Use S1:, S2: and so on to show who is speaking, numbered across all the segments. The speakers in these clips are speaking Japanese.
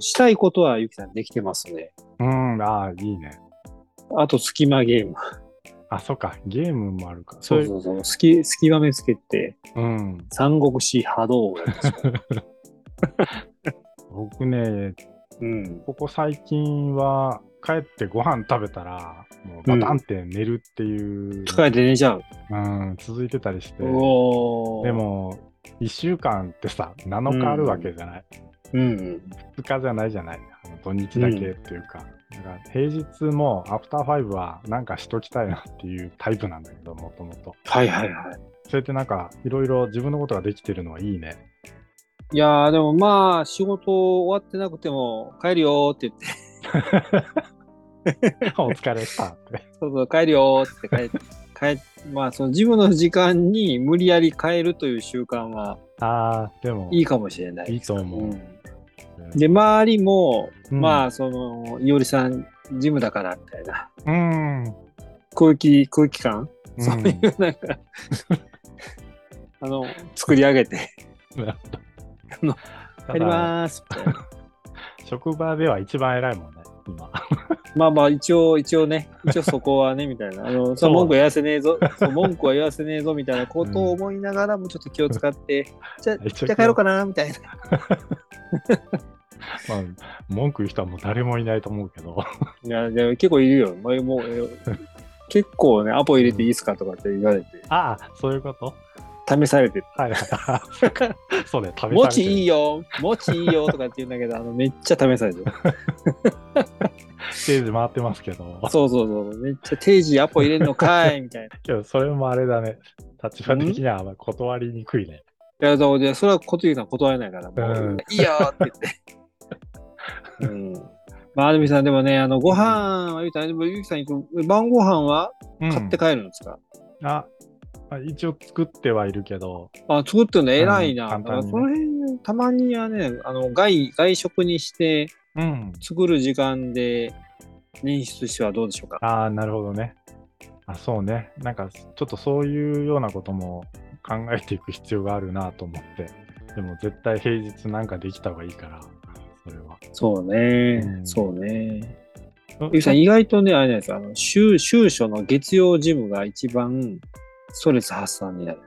S1: したいことはゆきさんできてますね。
S2: うん、ああ、いいね。
S1: あと、隙間ゲーム。
S2: あ、そっか、ゲームもあるか。
S1: そう
S2: う
S1: そうそう。隙隙間目つけて、
S2: うん。
S1: 三国志波動をや ってしま
S2: 僕ね、
S1: う。うん。
S2: ここ最近は、帰ってご飯食べたら、もうバタンって寝るっていう、
S1: 疲れて寝ちゃう。
S2: うん、続いてたりして、
S1: おお。
S2: で、も、1週間ってさ、7日あるわけじゃない。
S1: うん。
S2: 2日じゃないじゃない。あの土日だけっていうか。だから平日もアフターファイブはなんかしときたいなっていうタイプなんだけど、もともと。
S1: はいはいはい。
S2: そうやってなんかいろいろ自分のことができてるのはいいね。
S1: いやー、でもまあ、仕事終わってなくても、帰るよーって言って、
S2: お疲れしたって。
S1: そうそう、帰るよーって帰って、帰っまあ、その自分の時間に無理やり帰るという習慣は
S2: ああ、でも
S1: いいかもしれない。
S2: いいと思う。
S1: うんで、周りも、
S2: うん
S1: まあ、その、いおりさん、ジムだからみたいな、
S2: うん。うん
S1: 空気、空気感、そういう、なんか、あ の、作り上げ て、
S2: た
S1: 帰り
S2: だ
S1: まーすみたいな。
S2: 職場では一番偉いもんね、今。
S1: まあまあ、一応、一応ね、一応そこはね、みたいな。あの、そう文句は言わせねえぞ、そう文句は言わせねえぞ、みたいなことを思いながらも、ちょっと気を使 って、じゃあ、じ
S2: 一応
S1: ゃあ帰ろうかな、みたいな。
S2: まあ、文句言う人はもう誰もいないと思うけど。
S1: いや、いや結構いるよ。前もう、え結構ね、アポ入れていいですかとかって言われて、
S2: ああ、そういうこと
S1: 試されて、
S2: は いはい。そうね、食べ
S1: もちいい
S2: よ。
S1: よ、もちいいよとかって言うんだけど、あのめっちゃ試されて る。
S2: ステージ回ってますけど。
S1: そうそうそう、めっちゃ定時アポ入れるのかいみたいな。い
S2: けど、それもあれだね。立場的には断りにくいね。
S1: や、そうでそれは小杉さん断れないから、もう、
S2: うん
S1: いいよって 言って。うん。まあ、アルミさん、でもね、あの、ご飯は言うたら、でも、ゆきさん行く、晩ご飯は買って帰るんですか、
S2: うんあ、あ一応作ってはいるけど、
S1: あ、作ってるの偉いな。
S2: うん
S1: だから
S2: 簡単にね
S1: その辺、たまにはね、あの、外、外食にして、
S2: うん。
S1: 作る時間で捻出してはどうでしょうか
S2: ああ、なるほどね。あ、そうね。なんか、ちょっとそういうようなことも考えていく必要があるなと思って。でも、絶対平日なんかできた方がいいから、それは。
S1: そうね、
S2: うん
S1: そうね。
S2: うん
S1: ゆきさん、意外とね、あれじゃないですか、あの週週初の月曜ジムが一番ストレス発散になる。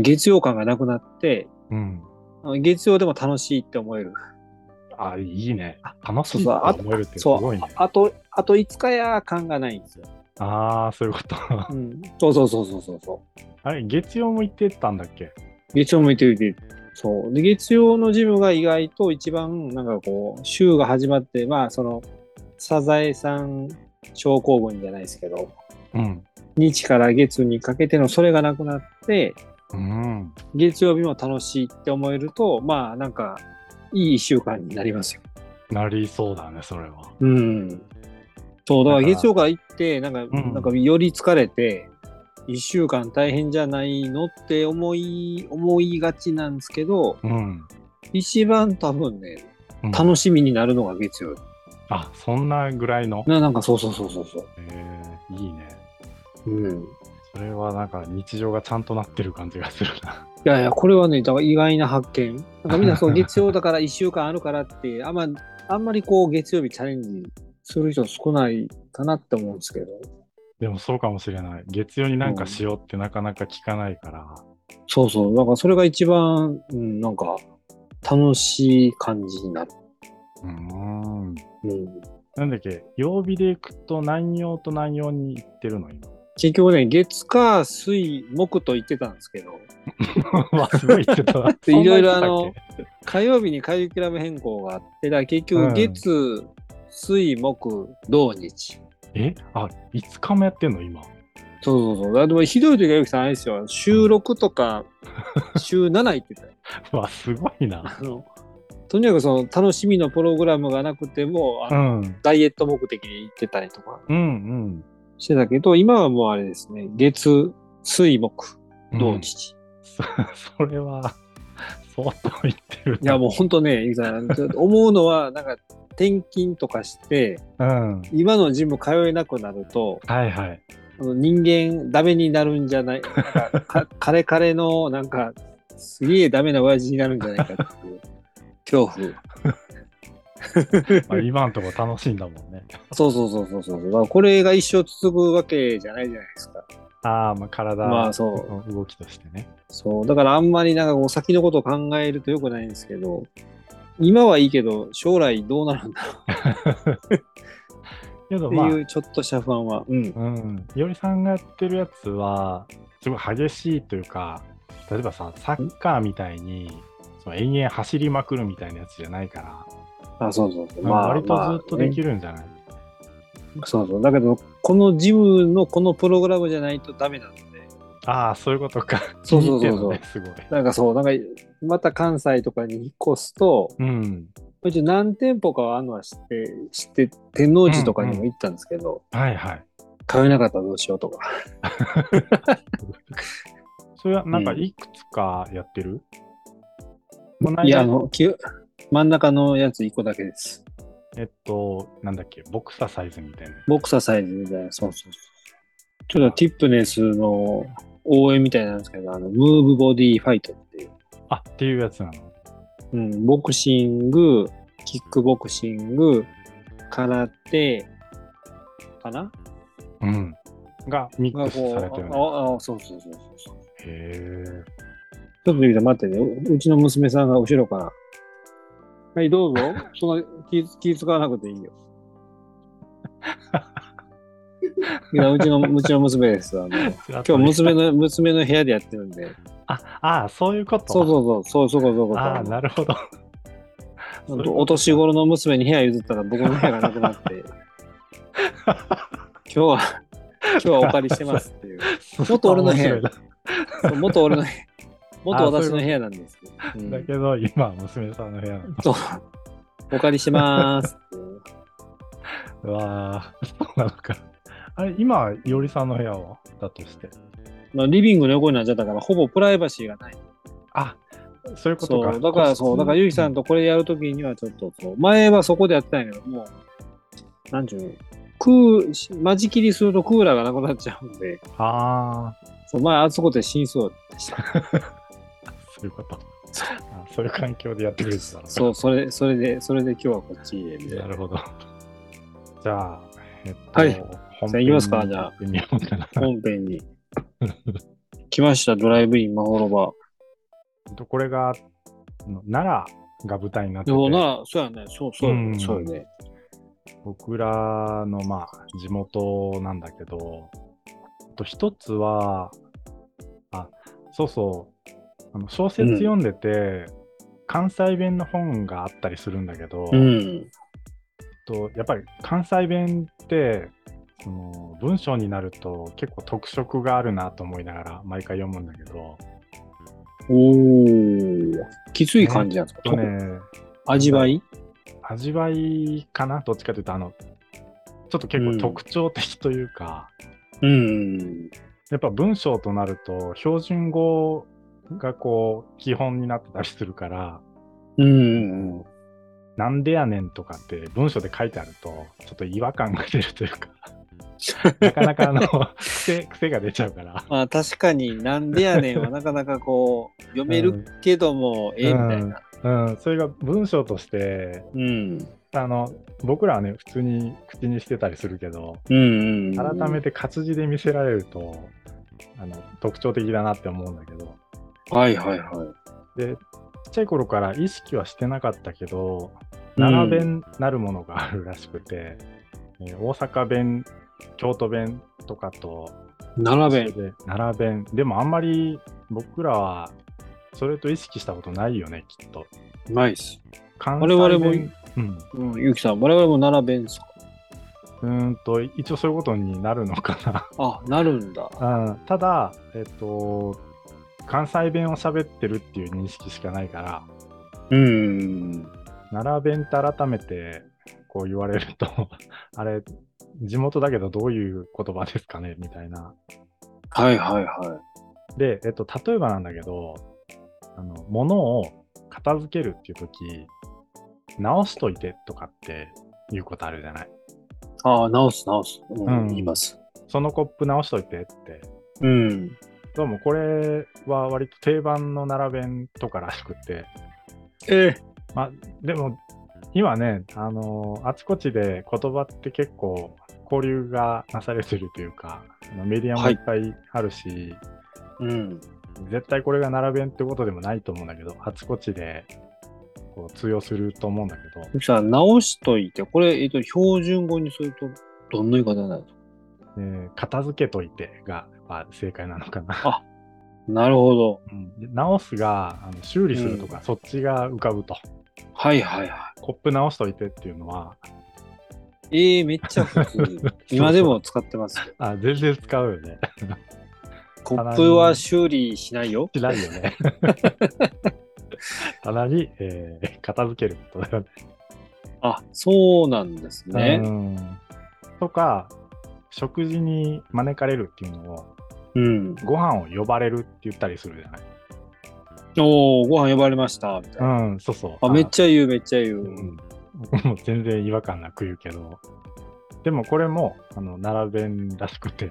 S1: 月曜感がなくなって、
S2: うん。
S1: あの月曜でも楽しいって思える。
S2: あ、いいね。楽しい
S1: そうそ
S2: って
S1: うあ
S2: 思えるってす
S1: そう
S2: ごいね。
S1: あと、あと5日や感がないんですよ。
S2: ああ、そういうこと。
S1: う ん。そうそうそうそうそうそう。
S2: あれ、月曜も行ってたんだっけ
S1: 月曜向いてるってそう。で、月曜のジムが意外と一番、なんかこう、週が始まって、まあ、その、サザエさん症候群じゃないですけど、
S2: うん。
S1: 日から月にかけてのそれがなくなって、
S2: うん。
S1: 月曜日も楽しいって思えると、まあなんか、いい一週間になりますよ。
S2: なりそうだね、それは。
S1: うん。そう、だから
S2: だから
S1: 月曜から行って、なんか、
S2: ん
S1: なんかより疲れて、一週間大変じゃないのって思い、思いがちなんですけど、
S2: うん。
S1: 一番多分ね、
S2: うん
S1: 楽しみになるのが月曜日。
S2: あ、そんなぐらいの。
S1: ななんかそうそうそうそうそ
S2: えー、いいね。
S1: う。うん。
S2: それはなんか日常がちゃんとなってる感じがするな。
S1: いやいや、これはね、だから意外な発見。なんかみんなそう、月曜だから1週 間あるからって、あんまあんまりこう、月曜日チャレンジする人少ないかなって思うんですけど。
S2: でもそうかもしれない。月曜になんかしようってなかなか聞かないから。
S1: そうそう、なんかそれが一番、うん、なんか、楽しい感じになる。
S2: うー
S1: う
S2: ん。
S1: ん。
S2: なんだっけ、曜日で行くと何曜と何曜に行ってるの今。
S1: 結局ね、月、火、水、木と言ってたんですけど、
S2: わすごい言ってた。
S1: で いろいろ
S2: そんな言って
S1: 火曜日にカリキュラム変更があって、だから結
S2: うん
S1: 局月、水、木、土、日。
S2: たっけえあ、5日もやってんの今。
S1: そうそうそう。あでもひどい時はゆきさんあれですよ。週6とか週7行ってたよ。
S2: わ、すごいな。
S1: あのとにかくその楽しみのプログラムがなくても、あ
S2: う
S1: の
S2: ん。うん
S1: ダイエット目的で行ってたりとか
S2: うん。
S1: してたけど、今はもうあれですね。月、水、木、
S2: うん
S1: 土、日。
S2: そそれは、相当言ってる。
S1: いやもう本当ね、ゆきさん、ちょっと思うのは、 なんか転勤とかして、
S2: う。うん。
S1: 今のジム通えなくなると、
S2: はいはい。
S1: あの人間ダメになるんじゃないなんかか カレカレのなんかすげえダメな親父になるんじゃないかっていう恐怖
S2: まあ今のところ楽しいんだもんね。
S1: そうそうそうそうそう。だからこれが一生続くわけじゃないじゃないですか。
S2: ああ、まあ体
S1: まあ
S2: の
S1: そう
S2: 動きとしてね。
S1: そう。だからあんまりなんかこう先のことを考えると良くないんですけど、今はいいけど、将来どうなるんだろ
S2: けど
S1: うっ
S2: まあ、
S1: ていうちょっとした不安は。うん。
S2: うん、いおりさんがやってるやつは、すごい激しいというか、例えばさ、サッカーみたいに、その延々走りまくるみたいなやつじゃないから、
S1: あ、そうそうそう。
S2: まあ、割とずっとで
S1: る
S2: きるんじゃない、
S1: そうそう。だけど、このジムのこのプログラムじゃないとダメなので、
S2: ああ、そういうことか。
S1: そうそうそうそう
S2: 気に入ってんのねすごい。
S1: なんかそう、なんかまた関西とかに引っ越すと、
S2: うん。
S1: 一応何店舗かはあるのは知って、知って、天王寺とかにも行ったんですけど、
S2: はいはい。
S1: 通えなかったらどうしようとか。
S2: それは、なんか、いくつかやってる、この間
S1: いや、あの、きゅ真ん中のやつ1個だけです。
S2: えっと、なんだっけ、ボクサーサイズみたいな。
S1: ボクサーサイズみたいな、そうそうそう。ちょっとティップネスの応援みたいなんですけど、あの、ムーブボディファイトっていう。
S2: あ、っていうやつなの。
S1: うん、ボクシング、キックボクシング、空手、かな
S2: うん。がミッ
S1: が
S2: クス
S1: こう、
S2: されてるの。
S1: ああ、そうそうそうそうそう。
S2: へえ。
S1: ちょっとゆうきさん待ってね。ううちの娘さんが後ろから。はい、どう ぞ。そんな気気使わなくていいよ。 いやうちのうちの娘です。 あの今日娘の娘の部屋でやってるんで。
S2: あ、ああ、そういうこと。
S1: そうそうそう、そうそうそうそう。
S2: ああ、なるほど。
S1: ほんとお年頃の娘に部屋譲ったら僕の部屋がなくなって。 今日は、今日はお借りしてますっていう。
S2: も
S1: 元俺の部 屋
S2: だ
S1: そう元 俺の部屋、元
S2: あそういうこと
S1: 私の部屋なんですけど。うん
S2: だけど、今、娘さんの部屋なの。
S1: そう。お借りしまーすっていう。
S2: うわあ、そうなのか。あれ、今、いおりさんの部屋はだとして。
S1: まあ、リビングの横になっちゃったから、ほぼプライバシーがない。
S2: あ、そういうこと
S1: そ
S2: か。
S1: う、だからそう、だからゆうきさんとこれやるときにはちょっとそう、前はそこでやってたんやけど、もう、なんちゅうの、クーし、間仕切りするとクーラーがなくなっちゃうんで、
S2: ああ、
S1: そう前あそこで真相でした。
S2: そういうこと。あそういう環境でやってるんだろ
S1: そう、それ、それで、それで今日はこっちへ、みたい
S2: な
S1: な。
S2: るほど。じゃあ、えっと、
S1: はい
S2: 本
S1: じゃあ
S2: 編
S1: 行きますか
S2: に
S1: じゃあ
S2: 行ってみようかな。
S1: 本編に。来ました、ドライブインまほろば。
S2: えっとこれが、の奈良が舞台になって
S1: でも
S2: て、
S1: な、そうやね、そうそうやね、
S2: うん
S1: そうやね。
S2: 僕らの、まあ、地元なんだけど、あと一つは、あ、そうそう、あの小説読んでて、関西弁の本があったりするんだけど、
S1: うん。
S2: とやっぱり関西弁ってその文章になると結構特色があるなと思いながら毎回読むんだけど、
S1: おー、きつい感じなんです
S2: え
S1: か、
S2: っとね、
S1: 味わい
S2: 味わいかなどっちかというとあのちょっと結
S1: うん
S2: 構特徴的というか、
S1: うん。
S2: やっぱ文章となると標準語がこう基本になってたりするから
S1: うんうんうん。
S2: 「なんでやねん」とかって文章で書いてあるとちょっと違和感が出るという かなかなかあの癖癖が出ちゃうから。
S1: まあ確かになんでやねんはなかなかこう読めるけども、ええみたいな。
S2: うん、それが文章として
S1: うん。
S2: あの僕らはね普通に口にしてたりするけど
S1: うん、うん。
S2: 改めて活字で見せられるとあの特徴的だなって思うんだけど
S1: はいはいはい。
S2: でちっちゃい頃から意識はしてなかったけど奈良弁なるものがあるらしくて、えー大阪弁京都弁とかと
S1: 奈良弁。
S2: で奈良弁でもあんまり僕らはそれと意識したことないよねきっと
S1: ナイス。
S2: 関
S1: 我々も
S2: 弁うん
S1: うん、ゆきさん、我々も奈良弁ですか
S2: うーんと一応そういうことになるの か
S1: あ、なるんだ。
S2: な、うん、ただえっと関西弁を喋ってるっていう認識しかないから
S1: うん。
S2: 奈良弁って改めてこう言われると あれ地元だけどどういう言葉ですかねみたいな
S1: はいはいは
S2: で、えっと、例えばなんだけどあの物を片付けるっていう時直しといてとかっていうことあるじゃない
S1: い。ああ、直す直す。うん、
S2: うん
S1: 言います。
S2: そのコップ直しといてって
S1: うん。
S2: どうもこれは割と定番の奈良弁とからしくて、
S1: ええ
S2: まあ、でも今ね、あのあちこちで言葉って結構交流がなされてるというか、あのメディアも
S1: はい
S2: いっぱいあるし、
S1: うん。
S2: 絶対これが並べんってことでもないと思うんだけど、あちこちでこう通用すると思うんだけど、
S1: そしたら直しといて、これ、えっと、標準語にすると、どんな言い方になる
S2: えー片付けといてがやっぱ正解なのかな。
S1: のなるほど。
S2: うんで直すがあの修理するとか、そっちが浮かぶと。
S1: はいはいは
S2: コップ直しといてっていうのは、
S1: い。えー、めっちゃ普通。今でも使ってますよ。
S2: あ全然使うよね。
S1: コップは修理しないよ。
S2: しないよ ね。棚に、えー片付けることだよね。
S1: あ、そうなんですね
S2: う。んとか、食事に招かれるっていうのを、
S1: うん。
S2: ご飯を呼ばれるって言ったりするじゃない。
S1: おー、ご飯呼ばれました。みたいな。
S2: うん、そうそう。
S1: あ、めっちゃ言う、めっちゃ言
S2: ゃう
S1: う。
S2: ん、 僕も全然違和感なく言うけど、でもこれも、あの、並べんらしくて、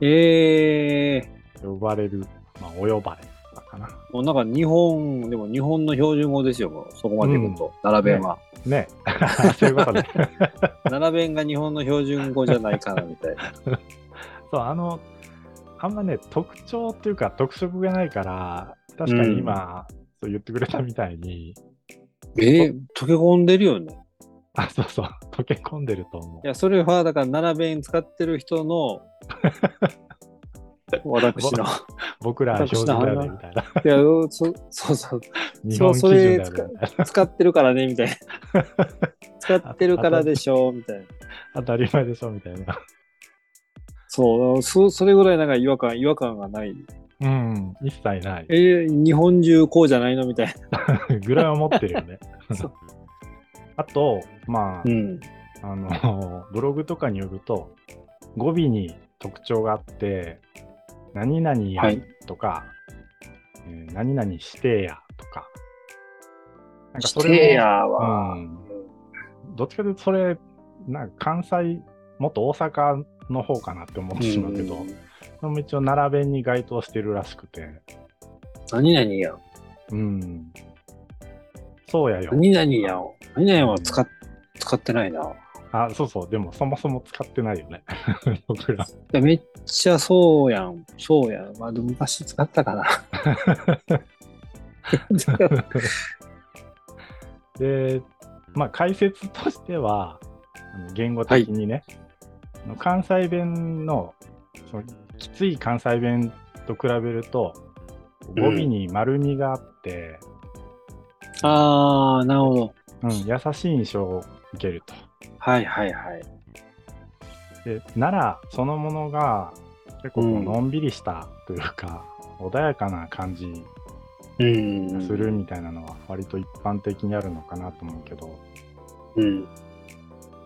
S1: えー、
S2: 呼ばれる、まあ、お呼ばれだかな。
S1: もうなんか日本、でも日本の標準語ですよ、もうそこまでいくと。並べんは。
S2: ね。そういうことね。
S1: 並べんが日本の標準語じゃないかな、みたいな。
S2: そう、あの、あんまね、特徴っていうか、特色がないから、確かに今、そう言ってくれたみたいに、
S1: えー、溶け込んでるよね。
S2: あ、そうそう、溶け込んでると思
S1: いや、それは、だから、並べん使ってる人の、 私の。
S2: う。僕らは標準だよね、みたいな。
S1: いや、そそうそう。
S2: 日本基準だよね、みたいな。
S1: 使ってるからね、みたいな。 使ってるからでしょ、みたいな。
S2: 当たり前でしょ、みたいな。
S1: そう、そそれぐらいなんか違和感、違和感がない。
S2: うん、 一切ない。
S1: えー、日本中こうじゃないのみたいな。
S2: ぐらいは持ってるよ ね
S1: そう。
S2: あと、まあ、
S1: ん。
S2: あの、 ブログとかによると、語尾に特徴があって、何々
S1: は
S2: や
S1: い
S2: とか、えー何々してやとか。なんか
S1: シ
S2: それも
S1: テヤは、
S2: うんどっちかというとそれ、なんか関西、もっと大阪の方かなって思ってしまうけど、
S1: うん
S2: これも一応並べに該当してるらしくて、
S1: 何々やん。
S2: うん。そうやよ。
S1: 何々やん。何々は使っ使ってないな。い
S2: あ、そうそう、でもそもそも使ってないよね。 僕ら。
S1: やめっちゃそうやん。そうやん。まあ、でも昔使った かな。
S2: で、まあ、解説としては、あの言語的にね、あの関西弁のその、きつい関西弁と比べると、語尾に丸みがあって、
S1: あー、なるほど。
S2: うん優しい印象を受けると。
S1: はいはいはい。
S2: で奈良そのものが結
S1: う
S2: 構こうんのんびりしたというか、穏やかな感じ
S1: うん
S2: がするみたいなのは割と一般的にあるのかなと思うけど、
S1: うん。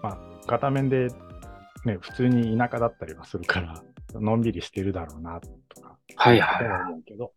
S2: まあ、片面で、ね、普通に田舎だったりはするから、のんびりしてるだろうなとか、
S1: はいはい
S2: そう
S1: は
S2: 思うけど、